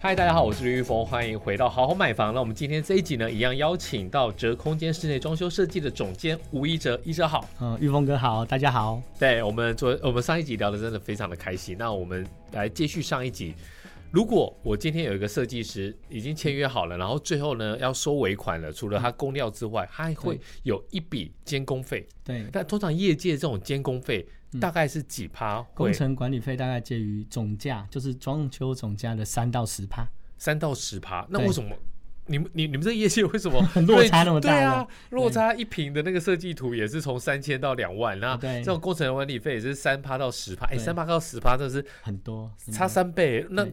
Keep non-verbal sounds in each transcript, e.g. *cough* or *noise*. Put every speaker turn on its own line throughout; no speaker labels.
嗨，大家好，我是李玉峰，欢迎回到好好买房。那我们今天这一集呢，一样邀请到哲空间室内装修设计的总监吴一哲，一哲好。
嗯，玉峰哥好，大家好。
对我们昨我们上一集聊的真的非常的开心，那我们来接续上一集。如果我今天有一个设计师已经签约好了，然后最后呢要收尾款了，除了他工料之外，他还会有一笔监工费。
对，
但通常业界这种监工费大概是几趴？会
工程管理费大概介于总价，就是装修总价的三到十帕。
三到十趴。那
对
为什么你们你你们这业界为什么
*laughs* 落差那么大
对啊
呢，
落差一平的那个设计图也是从三千到两万，那
对
这种工程管理费也是三趴到十趴。哎，
对
三趴到十趴，这是
很多，嗯
差三倍。那
对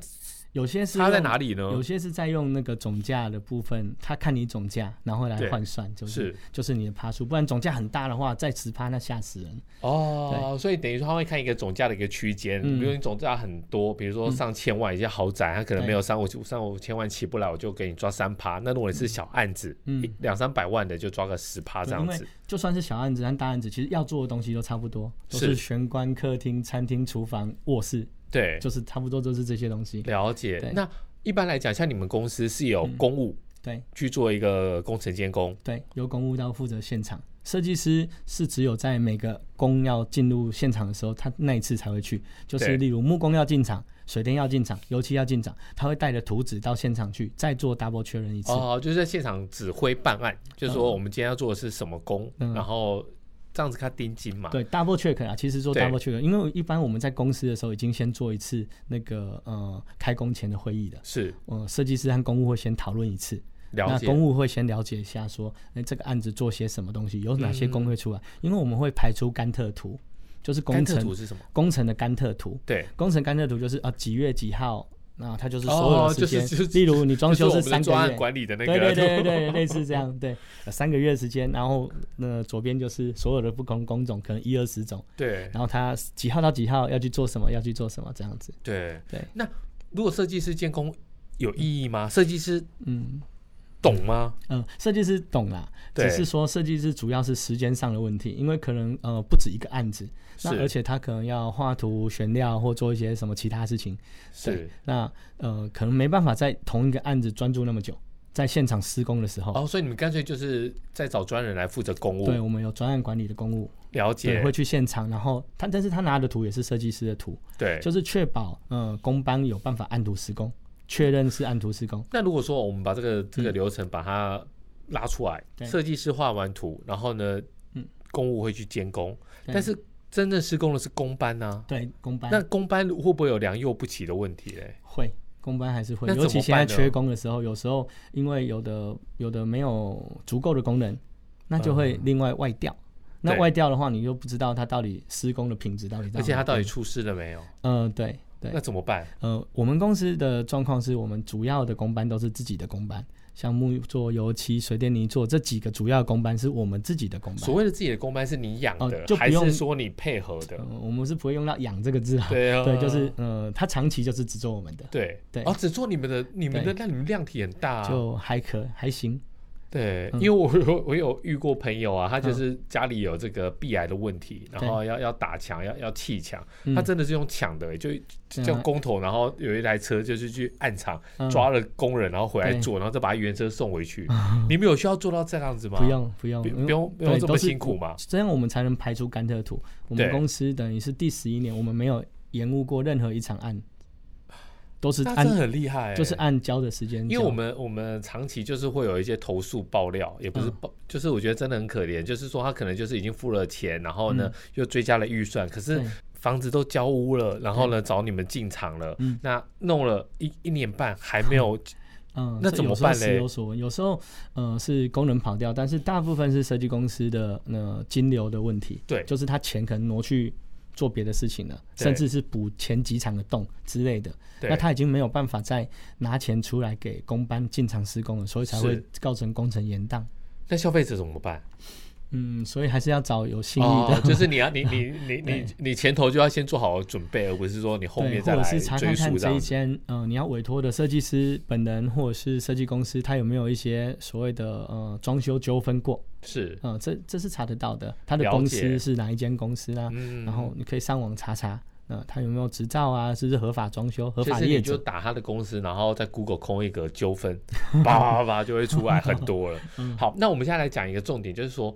有些是
差在
用
哪里呢
有？些是在用那个总价的部分，他看你总价，然后来
对
换算，就是
是
就是你的趴数，不然总价很大的话，再十趴那吓死人。
哦，所以等于说他会看一个总价的一个区间，
嗯
比如你总价很多，比如说上千万一些豪宅，他可能没有三五三五千万起不来，我就给你抓三趴。那如果你是小案子，
嗯
一两三百万的就抓个十趴这
对
样
因为
子。
就算是小案子，但大案子其实要做的东西都差不多，都
是
是玄关、客厅、餐厅、厨房、卧室，
对，
就是差不多都是这些东西。
了解
对。嗯
那一般来讲，像你们公司是有公务
对，
去做一个工程监工，
对，由公务到负责现场，设计师是只有在每个工要进入现场的时候，他那一次才会去，就
对
是例如木工要进场、水电要进场、油漆要进场，他会带着图纸到现场去，再做 double 确认一次。
哦，就是在现场指挥办案，就是说我们今天要做的是什么工，
嗯
然后这样子看定金嘛。
对，double check 啊，其实做
对
double check，因为一般我们在公司的时候已经先做一次那个呃开工前的会议的，
是
呃，设计师和公务会先讨论一次，
了
那
解
公务会先了解一下说，哎，这个案子做些什么东西，有哪些
嗯
工会出来，因为我们会排出甘特图，就是工
甘特
程
图是什么？
工程的甘特图，
对，
工程甘特图就是啊几月几号，那它就是
哦
所有的时
就
间，
是就是
例如你装修
就是我们
三
的
个
专案
月，
管理的那
对
个
对对对对，类似这样，对，呃三个月时间，然后那左边就是所有的不同工种，可能一二十种，
*laughs* 对
然后它几号到几号要去做什么，要去做什么这样子，
对
对。
那如果设计师监工有意义吗？设计师
嗯。
懂吗？
嗯，设计师懂啦，
对
只是说设计师主要是时间上的问题，因为可能呃不止一个案子，那
是
而且他可能要画图、选料或做一些什么其他事情，
是
那呃可能没办法在同一个案子专注那么久，在现场施工的时候，
哦，所以你们干脆就是在找专人来负责公
对
务，
我们有专案管理的公务，
了
对，
解
会去现场，然后他但是他拿的图也是设计师的图，
对。
就是确保呃工班有办法按图施工，确认是按图施工，
那如果说我们把这个这个流程把它拉出来，
嗯对
设计师画完图，然后呢，
嗯
公务会去监工，
对
但是真正施工的是工班呐、
对工班
那工班会不会有良莠不齐的问题嘞？
会，工班还是会
那，
尤
怎
其
么
现在
办呢
缺工的时候，有时候因为有的有的没有足够的工人，那就会另外外调。那
嗯对
外调的话，你就不知道它到底施工的品质到底到哪
而
里。
且他到底出事了没有？
嗯、对对
那，怎么办？
呃，我们公司的状况是我们主要的工班都是自己的工班，像木作、油漆、水电泥做这几个主要的工班是我们自己的工班。
所谓的自己的工班是你养的，
哦就不
还
用
是说你配合的？
嗯、我们是不会用到“养”这个字啊。
对啊，
对，就是呃，他长期就是只做我们的，
对
对
哦，只做你们的，你们的，那你们量体很大、啊，
就还可还行。
对，因
嗯
为我有我有遇过朋友啊，他就是家里有这个壁癌的问题，然后要要打墙，要要砌墙，
嗯
他真的是用抢的、欸就
对啊
叫工头，然后有一台车就是去暗场、
嗯
抓了工人，然后回来
对
做，然后再把他原车送回去。你们有需要做到这样子吗？
*laughs* 嗯不，用不用，
不
因为
不用不
对
用这么
都是
辛苦嘛？
这样我们才能排除甘特图。我们
对
公司等于是第十一年，我们没有延误过任何一场案，都是
那
按
这很厉害欸、
就是按交的时间交。
因为我们我们长期就是会有一些投诉爆料，也不是
嗯
爆，就是我觉得真的很可怜，就是说他可能就是已经付了钱，然后呢、又追加了预算，可是
嗯对
房子都交屋了，然后呢找你们进场了，
嗯
那弄了一一年半还没有，
嗯，
那
这
怎么
有时候
办嘞
时有所闻，有时候呃是工人跑掉，但是大部分是设计公司的呃金流的问题，
对
就是他钱可能挪去做别的事情了，
对
甚至是补前几场的洞之类的。
对
那他已经没有办法再拿钱出来给工班进场施工了，所以才会
是
造成工程延宕。
那消费者怎么办？
嗯，所以还是要找有信誉的
哦，就是你
*laughs*
要你你你
对
你你前头就要先做好准备，而不是说你后
对，
面
或
再
者
来
是查
追
看看
溯这
这
样
一
子。
间呃你要委托的设计师本人或者是设计公司，他有没有一些所谓的呃装修纠纷过？
是，
嗯呃，这这是查得到的，他的
了
公
解
司是哪一间公司啦、啊
嗯
然后你可以上网查查。呃，他有没有执照啊？是不是合法装修、合
就
法
是
业
你就
主？
打他的公司，然后在 Google 空一格纠
*laughs*
纷，叭叭叭叭就会出来很多了。
嗯
好，那我们现在来讲一个重点，就是说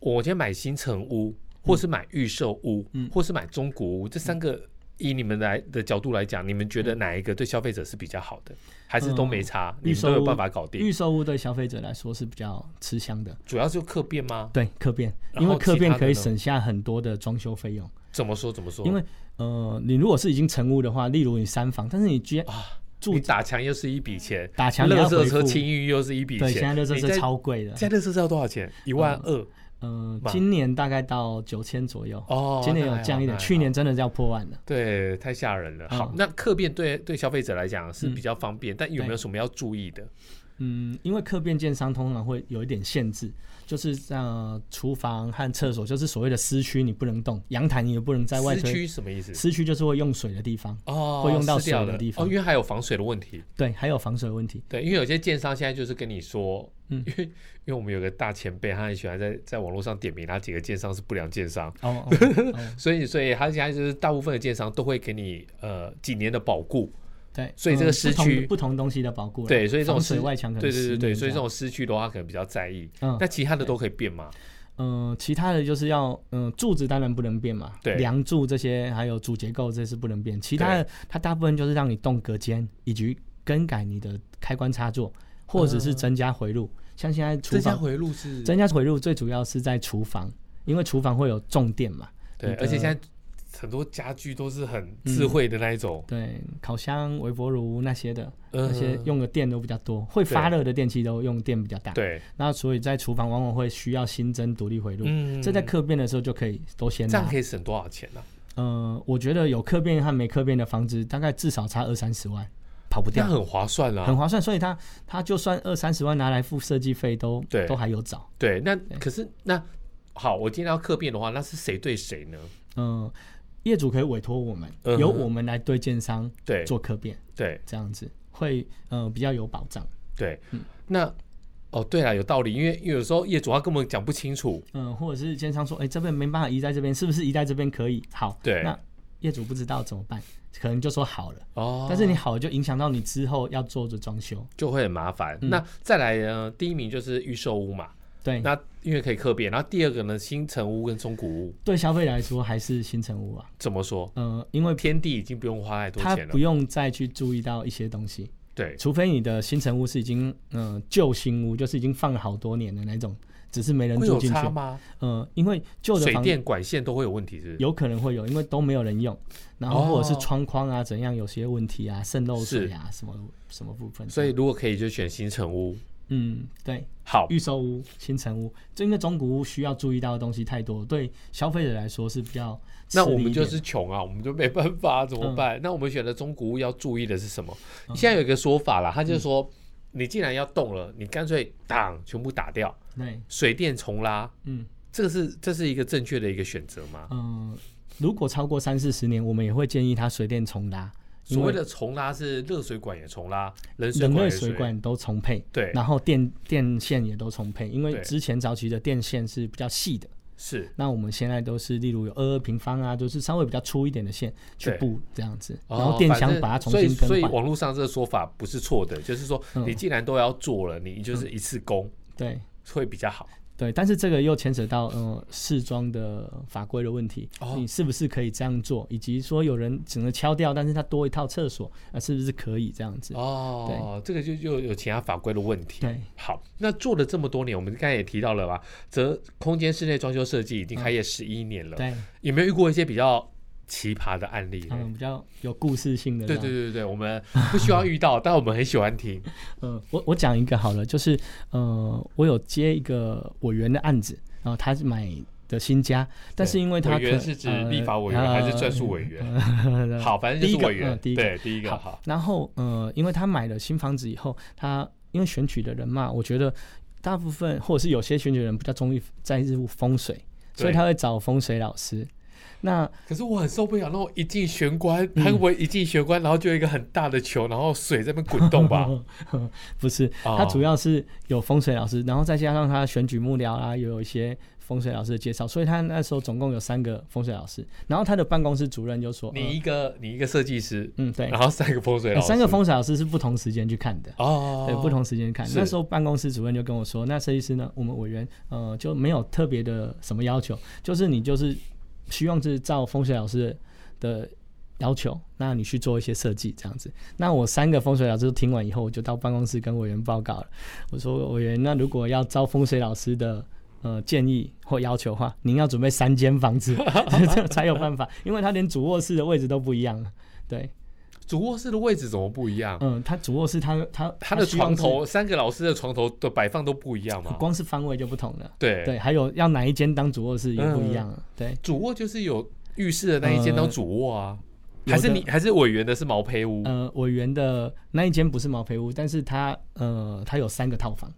我今天买新城屋，或是买预售屋，
嗯
或是买中古屋，这三个以你们来的角度来讲，你们觉得哪一个对消费者是比较好的，还是都没差，你
嗯预
们
售
都
屋
有办法搞定？
预售屋对消费者来说是比较吃香的，
主要就客变吗？
对客变，
然
因
后
为客
其他
变
的
可以
呢
省下很多的装修费用。
怎么说怎么说？
因为呃，你如果是已经成屋的话，例如你三房，但是你居然
你打墙又是一笔钱，
打墙你
垃
要回
圾
复
车，清运又是一笔
对，
钱，
现在垃圾
你
车
在
超贵的，
现在垃圾车要多少钱？一万二、
呃，
嘛
今年大概到九千左右，
哦，
今
那
年有
还好
降一
那
点，
还
去
好
年真的要破万了。
对，太吓人了。好
嗯，
那客变对对消费者来讲是
嗯
比较方便，但有没有什么要注意的？
嗯，因为客变建商通常会有一点限制，就是呃，厨房和厕所就是所谓的私区，你不能动，阳台你也不能在外
私
推。
区什么意思？
私区就是会用水的地方，
哦，
会用到
湿掉
水的
了
地
哦，
方
因为还有防水的问题。
对，还有防水问
*laughs*
题。
对，因为有些建商现在就是跟你说，
嗯
因为因为我们有个大前辈，他很喜欢在在网络上点名他几个建商是不良建商，
哦哦哦，
所以所以他现在就是大部分的建商都会给你呃几年的保固，
对，
所以这个
呃
市
不同
区
不同东西的保护啦，
对所以这种
防
市
水外墙可能
对对对
10
对，
年
所以这
样
种失去的话可能比较在意。
嗯
那其他的都可以变嘛？
嗯、呃其他的就是要嗯、呃柱子当然不能变嘛，
对
梁柱这些还有主结构这是不能变，其他的它大部分就是让你动隔间以及更改你的开关插座，或者是增加回路，像现在厨
增加
房
回路是
增加回路最主要是在厨房，因为厨房会有重电嘛，
对，
你的
而且现在很多家具都是很智慧的那一种，
对，烤箱、微波炉那些的
嗯
那些用的电都比较多，会发热的电器都用电比较大，
对，
那所以在厨房往往会需要新增独立回路。
嗯
这在啊客变的时候就可以都先
这
拿
样可以省多少钱呢、啊？
呃，我觉得有客变和没客变的房子，大概至少差二三十万，跑不
这
掉
样，很划算啊啦、
很划算。所以他他就算二三十万拿来付设计费都，
对
都还有找。
对，那可是那好，我今天要客变的话，那是谁对谁呢？
嗯、业主可以委托我们，
嗯哼
由我们来对建商
对
做客变，
对
这样子会呃比较有保障。
对，
嗯
那哦对了，有道理，因为因为有时候业主他根本讲不清楚，
嗯、或者是建商说，哎、这边没办法移在这边，是不是移在这边可以？好，
对
那业主不知道怎么办，可能就说好了，
哦，
但是你好了就影响到你之后要做的装修。
就会很麻烦。
嗯
那再来呢，第一名就是预售屋嘛，
对，
那因为可以客变，然后第二个呢，新城屋跟中古屋，
对消费来说还是新城屋啊，
怎么说？
呃，因为
天地已经不用花太多
他
钱了
不，用再去注意到一些东西，
对，
除非你的新城屋是已经嗯、呃旧新屋，就是已经放了好多年的那种，只是没人
会
住
有
进去
差。吗？
呃，因为旧的
水
房
电管线都会有问题，是不是？
有可能会有，因为都没有人用，然后或者
哦
是窗框啊怎样有些问题啊，渗漏水啊什么什么部分。
所以如果可以，就选新城屋。
嗯，对，
好，
预售屋、新城屋，这因为中古屋需要注意到的东西太多，对消费者来说是比较吃
那我
力一
们就
点
是穷啊，我们就没办法，怎么
嗯
办？那我们选的中古屋要注意的是什么？现在有一个说法啦，他就说，
嗯
你既然要动了，你干脆挡全部打掉，
对，
水电重拉，
嗯。
这个是这是一个正确的一个选择吗？
嗯，如果超过三四十年，我们也会建议他水电重拉，因
所谓
为
的重拉是热水管也重拉，冷水
人
管
类
也
水管都重配，
对，
然后电电线也都重配，因为
对
之前早期的电线是比较细的，
是
那我们现在都是例如有二二平方啊，就是稍微比较粗一点的线去
对
布这样子，
哦
然后电
反
箱
正
把它重
所以
新更
所以
换，
网络上这个说法不是错的，就是说
嗯
你既然都要做了，你就是一次工
对。
会比较好。
对，但是这个又牵扯到呃试装的法规的问题，
哦
你是不是可以这样做，以及说有人只能敲掉，但是他多一套厕所，啊，是不是可以这样子？
哦，这个就就有其他法规的问题。
对，
好，那做了这么多年，我们刚才也提到了吧，则空间室内装修设计已经开业十一年了，
嗯对，
有没有遇过一些比较奇葩的案例呢？
嗯，比较有故事性的这
对
样。
对对对，我们不希望遇
*laughs*
到，但我们很喜欢听。
嗯，我我讲一个好了，就是呃，我有接一个委员的案子，然后他是买的新家，但是因为他
委员
可
是指
呃
立法委员
呃
还是专属委员？
*laughs* 呃
好，反正就
第一
是
个
委员
嗯，第一个
对第一个好，
然后呃，因为他买了新房子以后，他因为选举的人嘛，我觉得大部分或者是有些选举人比较中意在乎风水，所以
对
他会找风水老师。那
可是我很受不了那种一进玄关，它会不会一进玄关，然后就有一个很大的球，然后水在那边滚动吧？
*laughs* 不是，
哦
它主要是有风水老师，然后再加上他选举幕僚啊，也有一些风水老师的介绍，所以他那时候总共有三个风水老师。然后他的办公室主任就说：“呃
你一个你一个设计师，
嗯，嗯对，
然后三个风水老
呃
师，
三个风水老师是不同时间去看的。”
哦，
对，不同时间看。
是
那时候办公室主任就跟我说，那设计师呢，我们委员呃就没有特别的什么要求，就是你就是希望是照风水老师的要求，那你去做一些设计这样子。那我三个风水老师听完以后，我就到办公室跟委员报告了。我说委员，那如果要照风水老师的呃建议或要求的话，您要准备三间房子， *laughs* 这样才有办法，因为他连主卧室的位置都不一样了。对，
主卧室的位置怎么不一样？
嗯，他主卧室他他
他的
希
床
望是
头，三个老师的床头的摆放都不一样吗？
光是方位就不同了。
对，嗯
对，还有要哪一间当主卧室也不一样了。对，
主卧就是有浴室的那一间当主卧啊，
呃
还是
有的
你还是委员的是毛坯屋？
呃，委员的那一间不是毛坯屋，但是他呃，他有三个套房，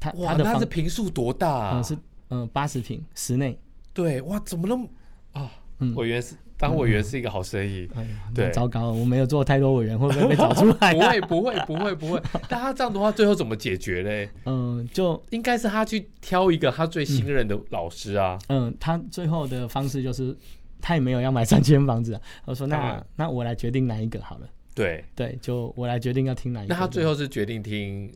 他
哇，
他的
那
房
这平数多大啊？
呃是呃八十平室内，
对，哇，怎么那么啊？
嗯
委员是当委员是一个好生意，
哎呀，
对
那糟糕了，我没有做太多委员，会不会被找出来
不 *laughs*
啊？
会不会不会不会。 *laughs* 但他这样的话，最后怎么解决嘞？
嗯、就
应该是他去挑一个他最信任的老师啊。
嗯、他最后的方式就是他也没有要买三间房子、啊，我说
当
那
然
那我来决定哪一个好了。
对，
对，就我来决定要听哪一个。
那他最后是决定听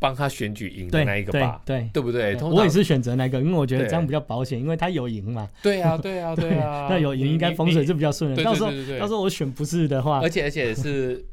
帮他选举赢的
对
那一个
对
吧，
对
对不对？
对
通
我也
常
是选择那个，因为我觉得
对
这样比较保险，因为他有赢嘛。。
对啊对啊对啊
*laughs* 那有赢应该风水
就
是比较顺的。
对
到
对
时候
对对
到时
对，
候我选不是的话
而，且而且是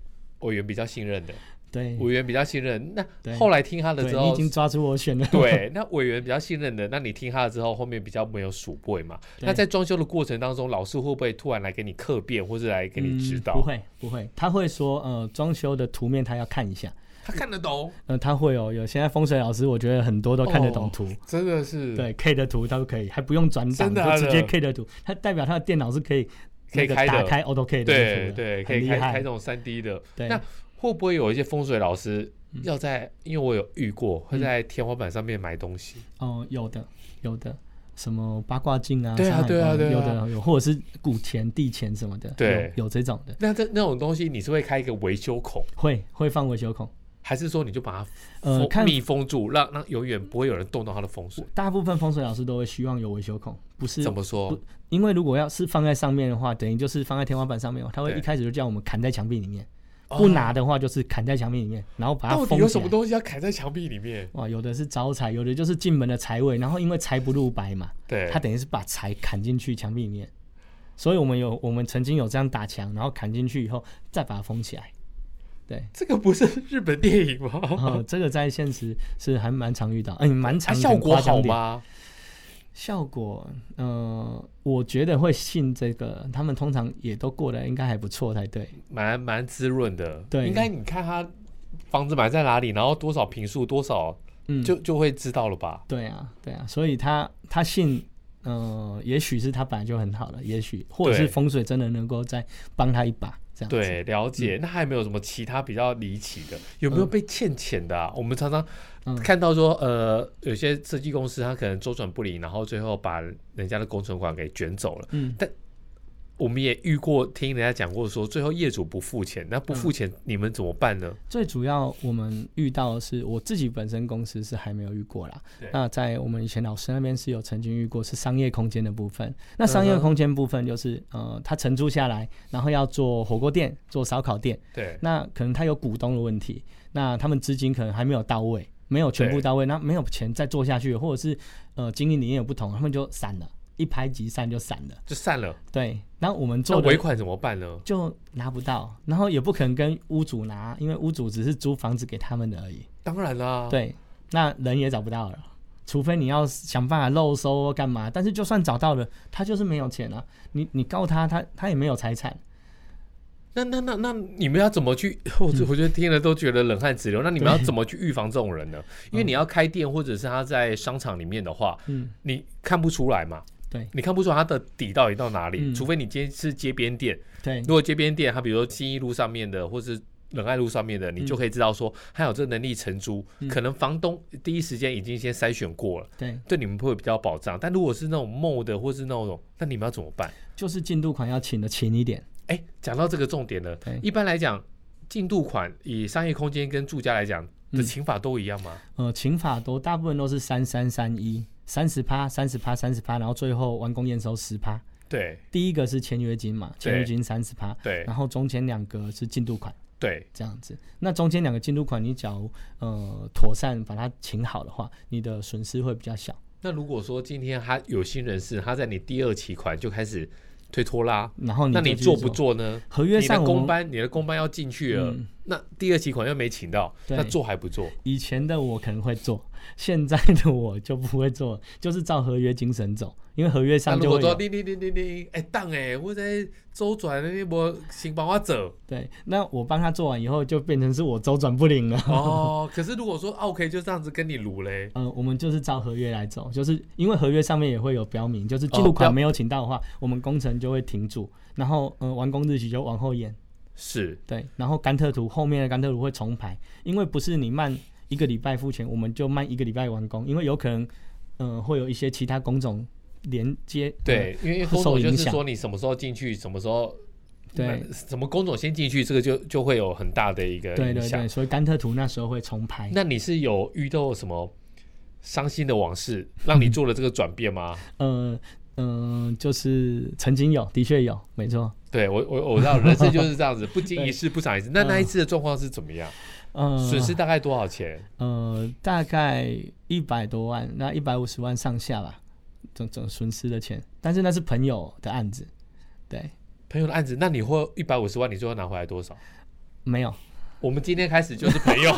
委员比较信任的，
对
委员比较信任。那
对
后来听他的
对，
之
你已
后，
经抓住我选 *laughs* 了。
对，那委员比较信任的，那你听他的之后，后面比较没有鼠辈嘛。
对
那在装修的过程当中，老师会不会突然来给你课变，或是来 *laughs* 给你指导？
嗯不，会不会，他会说呃装修的图面他要看一下，
他看得懂，
呃他会哦，有现在风水老师我觉得很多都看得懂图。
*laughs* 真的哦是，
对 K 的图他都可以，还不用转档，
真的啊
就直接
真的
K 的图，他代表他的电脑是可以
可以
那个
开的
打开
对
AutoCAD 的图的，
对，可
很
以
厉
开开这
害。
种三 D 的。
对
那会不会有一些风水老师
嗯
要在？因为我有遇过，会在天花板上面埋东西。
哦，有的有的。什么八卦镜啊，
对啊
山海
对啊
关
对啊
有的有，或者是古钱、地钱什么的，
对
有有这种的，
那这那种东西，你是会开一个维修孔，
会会放维修孔。
还是说你就把它
呃
封
看
密封住，让让永远不会有人动到它的风水？
大部分风水老师都会希望有维修孔，不是
怎么说
不？因为如果要是放在上面的话，等于就是放在天花板上面嘛，他会
对
一开始就叫我们砍在墙壁里面，
哦
不拿的话就是砍在墙壁里面，然后把它
到底
封
有
起
什么
来。
东西要砍在墙壁里面？
哇，有的是招财，有的就是进门的财位，然后因为财不入白嘛，
对，
他等于是把财砍进去墙壁里面，所以我们有我们曾经有这样打墙，然后砍进去以后再把它封起来。
*laughs*
对，
这个不是日本电影
然
吗？
后哦这个在现实是还蛮常遇到，嗯、蛮
它
常、
啊效果
很夸张
好
点
吗？
效果，呃，我觉得会信这个，他们通常也都过得应该还不错才对。
蛮蛮滋润的，
对
应该你看它房子买在哪里，然后多少平数多少，
嗯，
就就会知道了吧？
对啊，对啊，所以他他信，呃，也许是他本来就很好了，也许或者
对
是风水真的能够再帮他一把，这样子。
对，了
嗯
解。那还有没有什么其他比较离奇的？有没有被欠钱的啊？我们常常
嗯
看到说，呃，有些设计公司它可能周转不灵，然后最后把人家的工程款给卷走了。
嗯，
我们也遇过，听人家讲过说，最后业主不付钱，那
嗯
不付钱你们怎么办呢？
最主要我们遇到的是我自己本身公司是还没有遇过啦
对。
那在我们以前老师那边是有曾经遇过是商业空间的部分。那商
嗯
业
哼
空间部分就是、呃，他承租下来，然后要做火锅店、做烧烤店，
对，
那可能他有股东的问题，那他们资金可能还没有到位，没有全部
对
到位，那没有钱再做下去，或者是呃经营理念有不同，他们就散了，一拍即散就散了。
就散了。
对，那我们
那
做
尾
的
款怎么办呢？
就拿不到，然后也不可能跟屋主拿，因为屋主只是租房子给他们的而已。
当然啦，
对，那人也找不到了。除非你要想办法漏收啊或干嘛，但是就算找到了，他就是没有钱啊。你你告他，他他也没有财产，
那那那那你们要怎么去？ *laughs* 我就我觉得听了都觉得冷汗直流。那你们要怎么去预防这种人呢？因为你要开店或者是他在商场里面的话，
嗯，
你看不出来嘛。
对
你看不出他的底到底到哪里，
嗯
除非你今天是街边店。
对
如果街边店，它比如说新一路上面的，或是仁爱路上面的，
嗯
你就可以知道说，还有这能力承租，可能房东第一时间已经先筛选过了，
对，
对你们会比较有保障。但如果是那种 mod 的或是那种，那你们要怎么办？
就是进度款要请的勤一点，
哎，讲到这个重点了
对，
一般来讲，进度款以商业空间跟住家来讲
嗯
的请法都一样吗？
呃，请法都大部分都是三三三一，三十趴、三十趴、三十趴，然后最后完工验收十趴。
对
第一个是签约金嘛，签约金三十趴，
对
然后中间两个是进度款
对，
这样子。那中间两个进度款，你假如呃妥善把它请好的话，你的损失会比较小。
那如果说今天他有心人士，他在你第二期款就开始推拖拉，
然哦后你
那
就
你
去
做不？做呢？
合约
你的
上我
公
们
班，你的公班要进去了，
嗯
那第二期款又没请到，
对
那做还不做？
以前的我可能会做， *laughs* 现在的我就不会做，就是照合约精神走，因为合约
那
上
如
就
果
会
说
有
你你你你你，哎，当哎，我在周转，你我请帮我
*laughs*
走
对。那我帮他做完以后，就变成是我周转不灵了。
哦。可是如果说 OK 就这样子跟你撸嘞，
呃，我们就是照合约来走，就是因为合约上面也会有标明，就是进
哦
度
标
款没有请到的话，我们工程就会停住，然后呃完工日期就往后延，
是
对，然后甘特图后面的甘特图会重排，因为不是你慢一个礼拜付钱，我们就慢一个礼拜完工，因为有可能呃会有一些其他工种连接，呃
对，因为
会
工
受
种就
影
是
响
说你什么时候进去，什么时候
对，
什么工种先进去，这个就就会有很大的一个
呃对
影
对
响
对，。所以甘特图那时候会重排。
那你是有遇到什么伤心的往事，让你做了这个转变
*laughs*
吗？
呃嗯、呃，就是曾经有，的确有，没错。
对我我我知道人生就是这样
*laughs*
子，不经一事不长一智。那
嗯
那一次的状况是怎么样？
呃，
损失大概多少钱？
呃，大概一百多万，那一百五十万上下吧，总总损失的钱。但是那是朋友的案子，对，
朋友的案子，那你会一百五十万，你最后拿回来多
*laughs*
少？
没有。
我们今天开始就是朋友。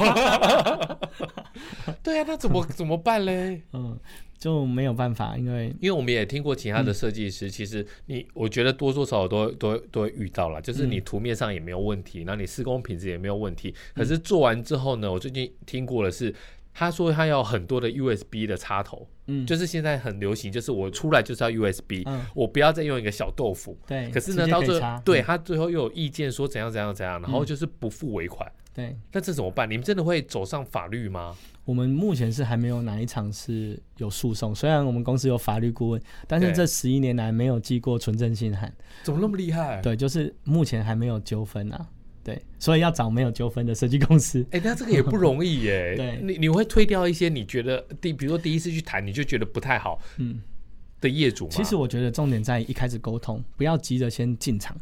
*laughs* 对啊，那怎么怎么办嘞？
嗯、就没有办法，因为
因为我们也听过其他的设计师，其实你我觉得多多少少都都都会遇到啦，就是你图面上也没有问题，然后你施工品质也没有问题，可是做完之后呢，我最近听过的是。他说他要很多的 USB 的插头，
嗯，
就是现在很流行，就是我出来就是要 USB，、
嗯
我不要再用一个小豆腐。
对。
哎可是嗯
直
呢，
接
到
以
最
查
后对他最后又有意见说怎样怎样怎样，然后
嗯
就是不付尾款，
对，
那这怎么办？你们真的会走上法律吗？
我们目前是还没有哪一场是有诉讼，虽然我们公司有法律顾问，但是
对
这十一年来没有寄过纯正信函。
怎么那么厉害？
对，就是目前还没有纠纷啊。对，所以要找没有纠纷的设计公司。。
哎、那这个也不容易耶
*laughs* 对
你你会推掉一些你觉得第，比如说第一次去谈你就觉得不太好
嗯，
的业主吗？
其实我觉得重点在于一开始沟通，不要急着先进场。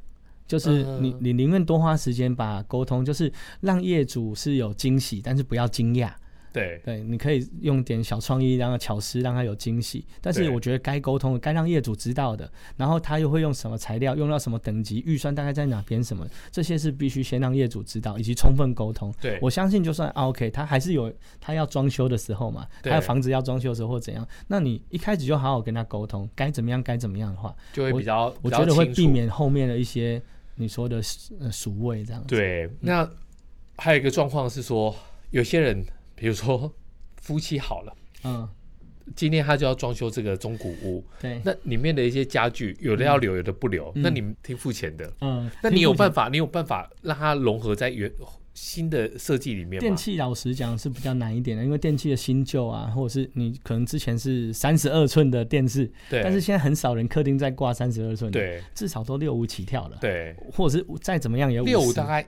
就是
嗯
你，你宁愿多花时间把沟通，就是让业主是有惊喜，但是不要惊讶。
对
对，你可以用点小创意，让他巧思，让他有惊喜。但是
对
我觉得该沟通的，该让业主知道的，然后他又会用什么材料，用到什么等级，预算大概在哪边，什么这些是必须先让业主知道，以及充分沟通。
对，
我相信就算、啊、OK，他还是有他要装修的时候嘛，
对
他有房子要装修的时候或怎样，那你一开始就好好跟他沟通，该怎么样该怎么样的话，
就会比较比
我
较
觉得会
清楚
避免后面的一些你说的呃俗味这样子。
对。那还有一个状况是说，有些人比如说夫妻好了，
嗯，
今天他就要装修这个中古屋，
对，
那里面的一些家具有的要留，有的不留，
嗯
那你们挺付钱的。
嗯，
那你有
办
办法？你有办法让它融合在原新的设计里面
电
吗？
器老实讲是比较难一点的，因为电器的新旧啊，或者是你可能之前是三十二寸的电视，
对，
但是现在很少人客厅在挂三十二寸的，，
对
至少都六五起跳了，
对，
或者是再怎么样也有
六五
50
大概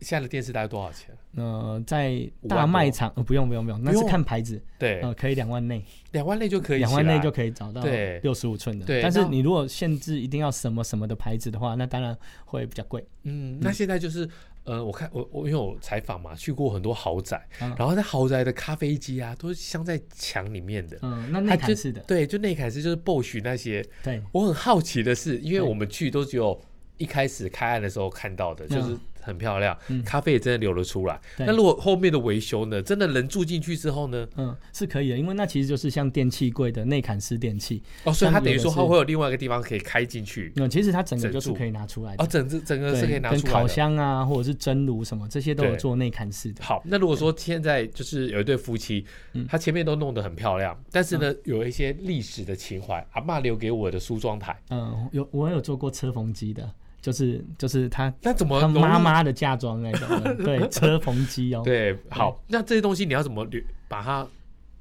现在的电视大概多少钱？
呃，在
五万
大
多
卖场、呃、不用不用不用，那
不
是
用
看牌子，
对，
呃，可以两万内，
两万内就可以起来，
两万内就可以找到
对
六十五寸的。
对
但是
那
你如果限制一定要什么什么的牌子的话，那当然会比较贵。
嗯。那现在就是呃，我看我我因为我采访嘛，去过很多豪宅，
嗯
然后那豪宅的咖啡机啊，都是镶在墙里面的。
嗯、
它
那内
就
涵是的，
对，就内凯斯就是 BOSS 那些。
对
我很好奇的是，因为
对
我们去都只有一开始开案的时候看到的，就是很漂亮，
嗯
咖啡也真的流了出来。
对
那如果后面的维修呢，真的人住进去之后呢？
嗯，是可以的，因为那其实就是像电器柜的内砍式电器，
哦，所以它
像有的
等于说它
是
会有另外一个地方可以开进去，
嗯，其实它整个
整
就是
柱
可以拿出来的。
哦，整只整个
对，
是可以拿
跟
出来
烤
的
箱啊，或者是蒸炉什么，这些都有
对
做内砍式的。
好，那如果说现在就是有一对夫妻，
嗯
他前面都弄得很漂亮，但是呢，有一些历史的情怀，阿嬷留给我的梳妆台，
呃嗯，有我有做过车缝机的，就是就是他
那怎么
他
融入
妈妈的嫁妆那种的，
*laughs*
对，车缝机哦，
对，好，那这些东西你要怎么留把它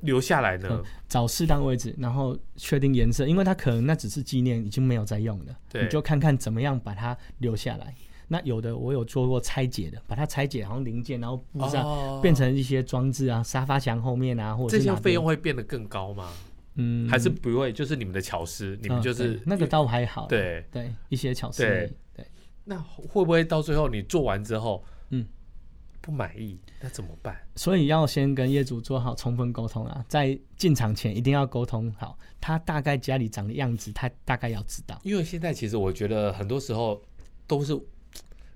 留下来
嗯
呢？
找适当位置，然后确定颜色，因为它可能那只是纪念，已经没有在用了，
对
你就看看怎么样把它留下来。那有的我有做过拆解的，把它拆解，然后零件，然后布上、
哦
啊变成一些装置啊，沙发墙后面啊，或者
这
是
些
哪边
费用，会变得更高吗？
嗯，
还是不会？就是你们的巧思，你们
嗯
就是
对那个嗯倒还好，
对。
对，一些巧思
对
而已，对，
那会不会到最后你做完之后，
嗯，
不满意，那怎么办？
所以要先跟业主做好充分沟通啊，在进场前一定要沟通好，他大概家里长的样子，他大概要知道。
因为现在其实我觉得很多时候都是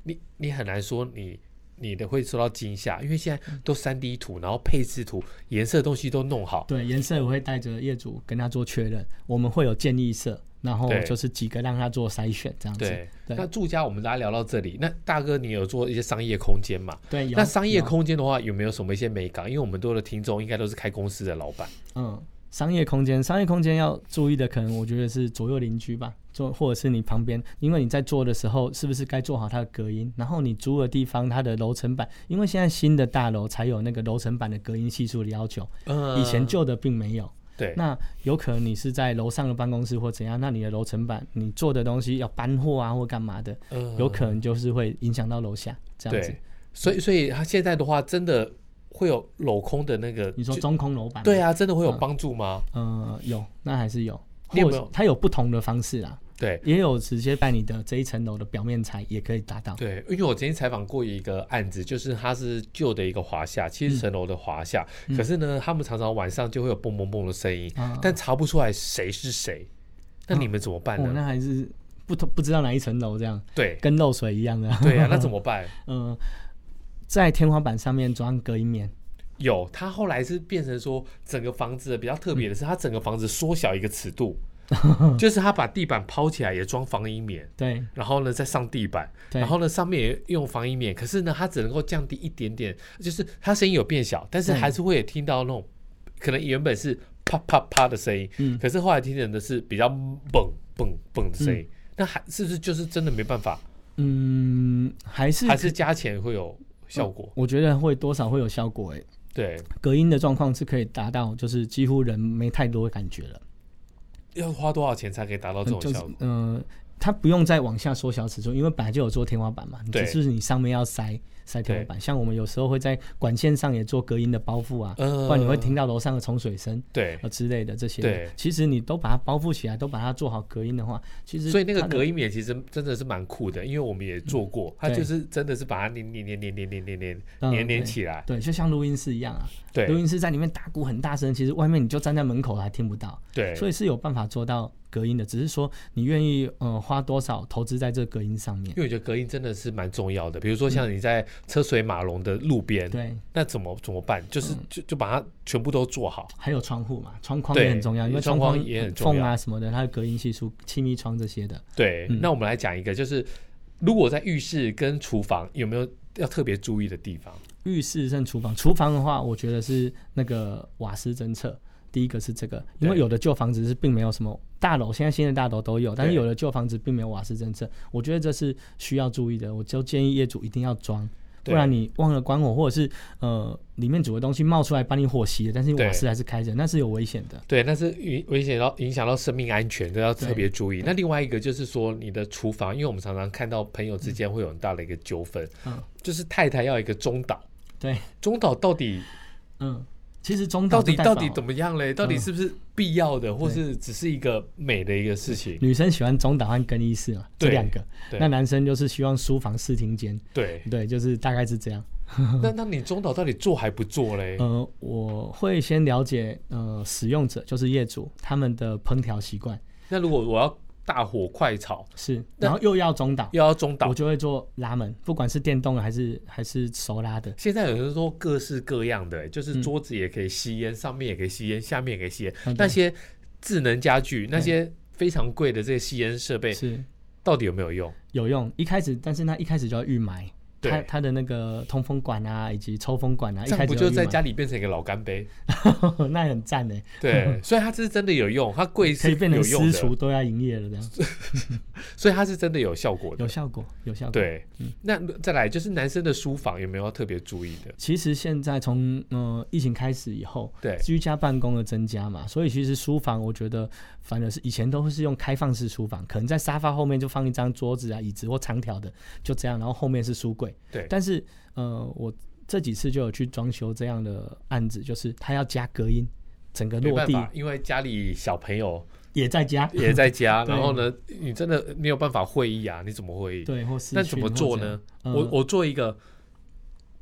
你你很难说你你的会受到惊吓，因为现在都三 D 图，然后配置图、颜色的东西都弄好，
对，颜色我会带着业主跟他做确认，我们会有建议色，然后
对
就是几个让他做筛选这样子。
对。
对
那住家我们大家聊到这里，那大哥你有做一些商业空间嘛？
对，有
那商业
有
空间的话，有没有什么一些美感？因为我们多的听众应该都是开公司的老板，
嗯，商业空间，商业空间要注意的，可能我觉得是左右邻居吧，做或者是你旁边，因为你在做的时候，是不是该做好它的隔音？然后你租的地方，它的楼层板，因为现在新的大楼才有那个楼层板的隔音系数的要求，
嗯
以前旧的并没有。
对，
那有可能你是在楼上的办公室或怎样，那你的楼层板，你做的东西要搬货啊或干嘛的，
嗯
有嗯可能就是会影响到楼下这样子
对。，所以所以他现在的话，真的会有镂空的那个，
你说
就
中空楼板？
对
啊，
啊，真的会有帮助吗？
呃，有，那还是有，
你有
或
没有
者它有不同的方式啦，啊
对
也有直接在你的这一层楼的表面材也可以达到。
对，因为我之前采访过一个案子，就是它是旧的一个华夏，七十
嗯
层楼的华夏，可是呢，他们常常晚上就会有嘣嘣嘣的声音，
啊
但查不出来谁是谁，那你们怎么办
哦，
呢？
那还是不同，不知道哪一层楼这样， *laughs*
对
跟漏水一样的。
对啊，那怎么办？
*laughs* 嗯、在天花板上面装隔音棉，
有，它后来是变成说，整个房子比较特别
嗯
的是，它整个房子缩小一个尺
*laughs*
度，就是它把地板抛起来也装防音棉。
对
然后呢，再上地板，
对
然后呢，上面也用防音棉，可是呢，它只能够降低一点点，就是它声音有变小，但是还是会有听到那种可能原本是啪啪啪的声音，
嗯
可是后来听见的是比较蹦蹦蹦的声音，那还是不是就是真的没办法，
嗯，还是
还是加钱会有效果？
我觉得会多少会有效果诶、欸
对，
隔音的状况是可以达到，就是几乎人没太多感觉了，
要花多少钱才可以达到这种
就是
效果？
嗯、呃，它不用再往下缩小尺寸，因为本来就有做天花板嘛，
对
只是你上面要塞塞天花板。像我们有时候会在管线上也做隔音的包覆啊，
嗯
不然你会听到楼上的冲水声
对
啊、，之类的这些。
对
其实你都把它包覆起来，都把它做好隔音的话，其实
所以那个
它的
隔音棉其实真的是蛮酷的，因为我们也做过，它
嗯对
就是真的是把它粘粘粘粘粘粘粘
嗯
粘粘
对
起来，
对，就像录音室一样啊，录
对
音室在里面打鼓很大声，其实外面你就站在门口还听不到。
对，
所以是有办法做到隔音的，只是说你愿意呃花多少投资在这个隔音上面
因。为我觉得隔音真的是蛮重要的。比如说像你在车水马龙的路边，
嗯对，嗯
那怎么怎么办？就是、就就把它全部都做好。
还有窗户嘛，窗框
对
也很重要，因为
窗
框
框也很重
缝
要
啊什么的，它的隔音系数、气密窗这些的。
对，
嗯
那我们来讲一个，就是如果在浴室跟厨房有没有要特别注意的地方？
浴室跟厨房，厨房的话，我觉得是那个瓦斯侦测。第一个是这个，因为
对
有的旧房子是并没有什么大楼，现在新的大楼都有，但是
对
有的旧房子并没有瓦斯侦测，我觉得这是需要注意的。我就建议业主一定要装，
对
不然你忘了关火，或者是呃里面煮的东西冒出来把你火熄了，但是你
对
瓦斯还是开着，那是有危险的。
对，那是影危险到影响到生命安全，这要特别注意。那另外一个就是说，你的厨房，因为我们常常看到朋友之间会有很大的一个纠纷，
嗯
就是太太要一个中岛，
对，
中岛到底
嗯，其实中岛嗯
到底
就代
到
表
底怎么样嘞？到底是不是必要的，或是只是一个美的一个事情？
女生喜欢中岛和更衣室嘛，这
对
两个。
对
那男生就是希望书房、视听间，
对，
对，就是大概是这样。
那那你中岛到底做还不做嘞？
呃，我会先了解呃使用者，就是业主他们的烹调习惯
那如果我要大火快炒，
是，
那
然后又要中岛，
又要中岛
我，就会做拉门，不管是电动的还是还是手拉的，
现在有人说各式各样的、欸就是
嗯
桌子也可以吸烟，上面也可以吸烟，下面也可以吸烟。
嗯对嗯
那些智能家具，那些非常贵的这些吸烟设备，
是
到底有没有用？
有用。一开始，但是那一开始就要预埋，
对
它它的那个通风管啊，以及抽风管啊，一
这
开
样
始
不
有
就
预
在
买，
家里变成一个老干
*laughs*
杯？
那很赞呢，
对，所以它这是真的有用，它贵
可
是
以变成
有用
私
的
厨，都要营业了这样，
所以它是真的有效果的
有。效果，有效果。，嗯
对，那再来就是男生的书房有没有要特别注意的？
其实现在从呃疫情开始以后，
对
居家办公的增加嘛，所以其实书房我觉得反而是以前都是用开放式书房，可能在沙发后面就放一张桌子啊、椅子或长条的，就这样，然后后面是书柜。
对
但是呃，我这几次就有去装修这样的案子，就是它要加隔音，整个
没
落
办
地
法，因为家里小朋友
也在加，
也在家，
对
然后呢，你真的没有办法会议啊，你怎么会议？
*laughs* 对，或呃是
那怎么做呢？我
我
我做一个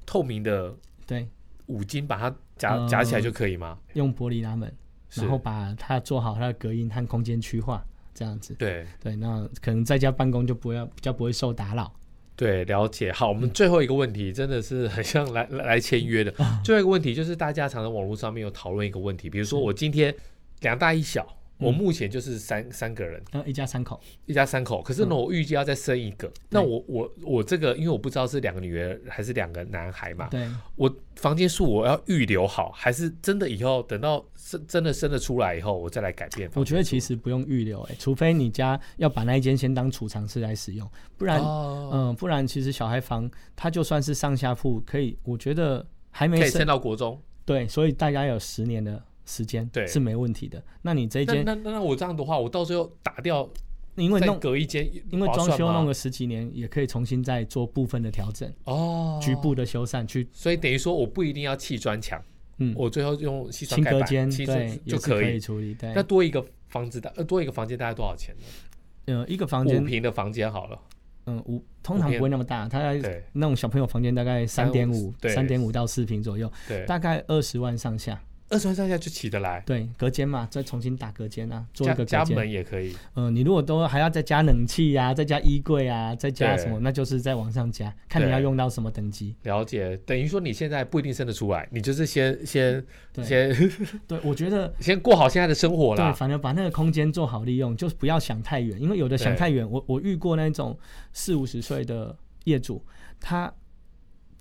透明的
对
五金，把它夹
嗯
夹起来就可以吗？
用玻璃拉门，
是
然后把它做好它的隔音和空间区划，这样子。
对
对，那可能在家办公就不要比较不会受打扰。
对，了解。好，我们最后一个问题真的是很像来来来签
*laughs*
约的。最后一个问题就是大家常常网络上面有讨论一个问题，比如说我今天两大一小，
嗯
我目前就是三三个人，
那一家三口，
一家三口，可是呢，
嗯
我预计要再生一个。那我我我这个，因为我不知道是两个女儿还是两个男孩嘛，
对，
我房间数我要预留好，还是真的以后等到生真的生得出来以后，我再来改变房间数？
我觉得其实不用预留、欸，除非你家要把那一间先当储藏室来使用，不然，嗯、
哦
不然其实小孩房它就算是上下铺，可以，我觉得还没
可以
生
升，到国中。
对，所以大家有十年的时间，
对
是没问题的。那你这一
那
间，
那那那我这样的话，我到时候打掉，
因为
再
弄，
隔一间，
因为
划
装
算
修
吗
弄个十几年，也可以重新再做部分的调整，
哦，
局部的修缮去，
所以等于说我不一定要砌砖墙，
嗯，
我最后用细砖
轻
盖
隔
板
间，
其
对
实，
也
就是
可
可
以
以。
处理，对
那，多一个房子大，呃，多一个房间大概多少钱呢？
嗯、一个房
五
间，
平的房间好了，
嗯，五通常不会那么大，它
对
那种小朋友房间大概三点五、
哎对
三点五到四平左右，
对，
大概二十万上下。
二十万上下就起得来，
对，隔间嘛，再重新打隔间啊，做
加
一个
加
隔
门
间。
也可以，
嗯，你如果都还要再加冷气呀、再加衣柜啊，再加
对
什么，那就是再往上加，看你
对
要用到什么等级。
了解，等于说你现在不一定生得出来，你就是先先
对
先 *laughs*
对，我觉得
先过好现在的生活
对，
啦。
反正把那个空间做好利用，就是不要想太远，因为有的想
对
太远，我我遇过那种四五十岁的业主，他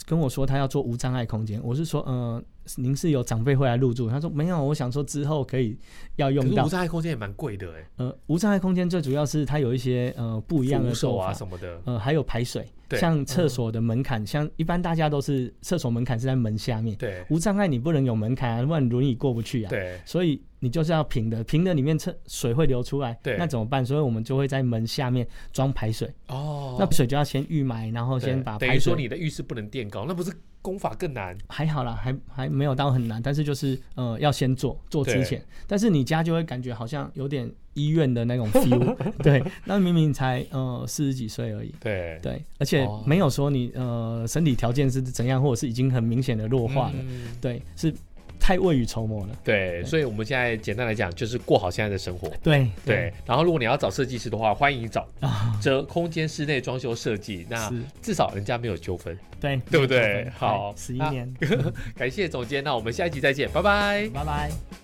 跟我说他要做无障碍空间，我是说，呃，您是有长辈会来入住，他说没有，我想说之后可以要
可
用
是无
到，
障碍空间也蛮贵的哎、
呃，无障碍空间最主要是它有一些呃不一样的
扶手
做法
啊，什么的，
呃，还有排水，
对
像厕所的门槛，像一般大家都是厕所门槛是在门下面，
对
无障碍你不能有门槛啊，不然轮椅过不去啊，
对
所以你就是要平的，平的里面厕水会流出来，
对
那怎么办？所以我们就会在门下面装排水，
哦。
那水就要先预埋，然后
对
先把
等
排
于说
水。
你的浴室不能垫高，那不是功法更难？
还好啦，还还没有到很难，但是就是呃要先做，做之
对
前，但是你家就会感觉好像有点医院的
*laughs*
那种 feel，对，那明明才呃四十几岁而已，
对，
对，而且
哦
没有说你呃身体条件是怎样，或者是已经很明显的弱化了，
嗯
对，是太未雨绸缪了，
对，所以我们现在简单来讲，就是过好现在的生活。
对
对，然后如果你要找设计师的话，欢迎找
啊，
这空间室内装修设计。那
是，
至少人家没有纠纷。
对，
对不对好
十一
啊
年，
*laughs* 感谢总监，那我们下一集再见，拜拜。
拜拜。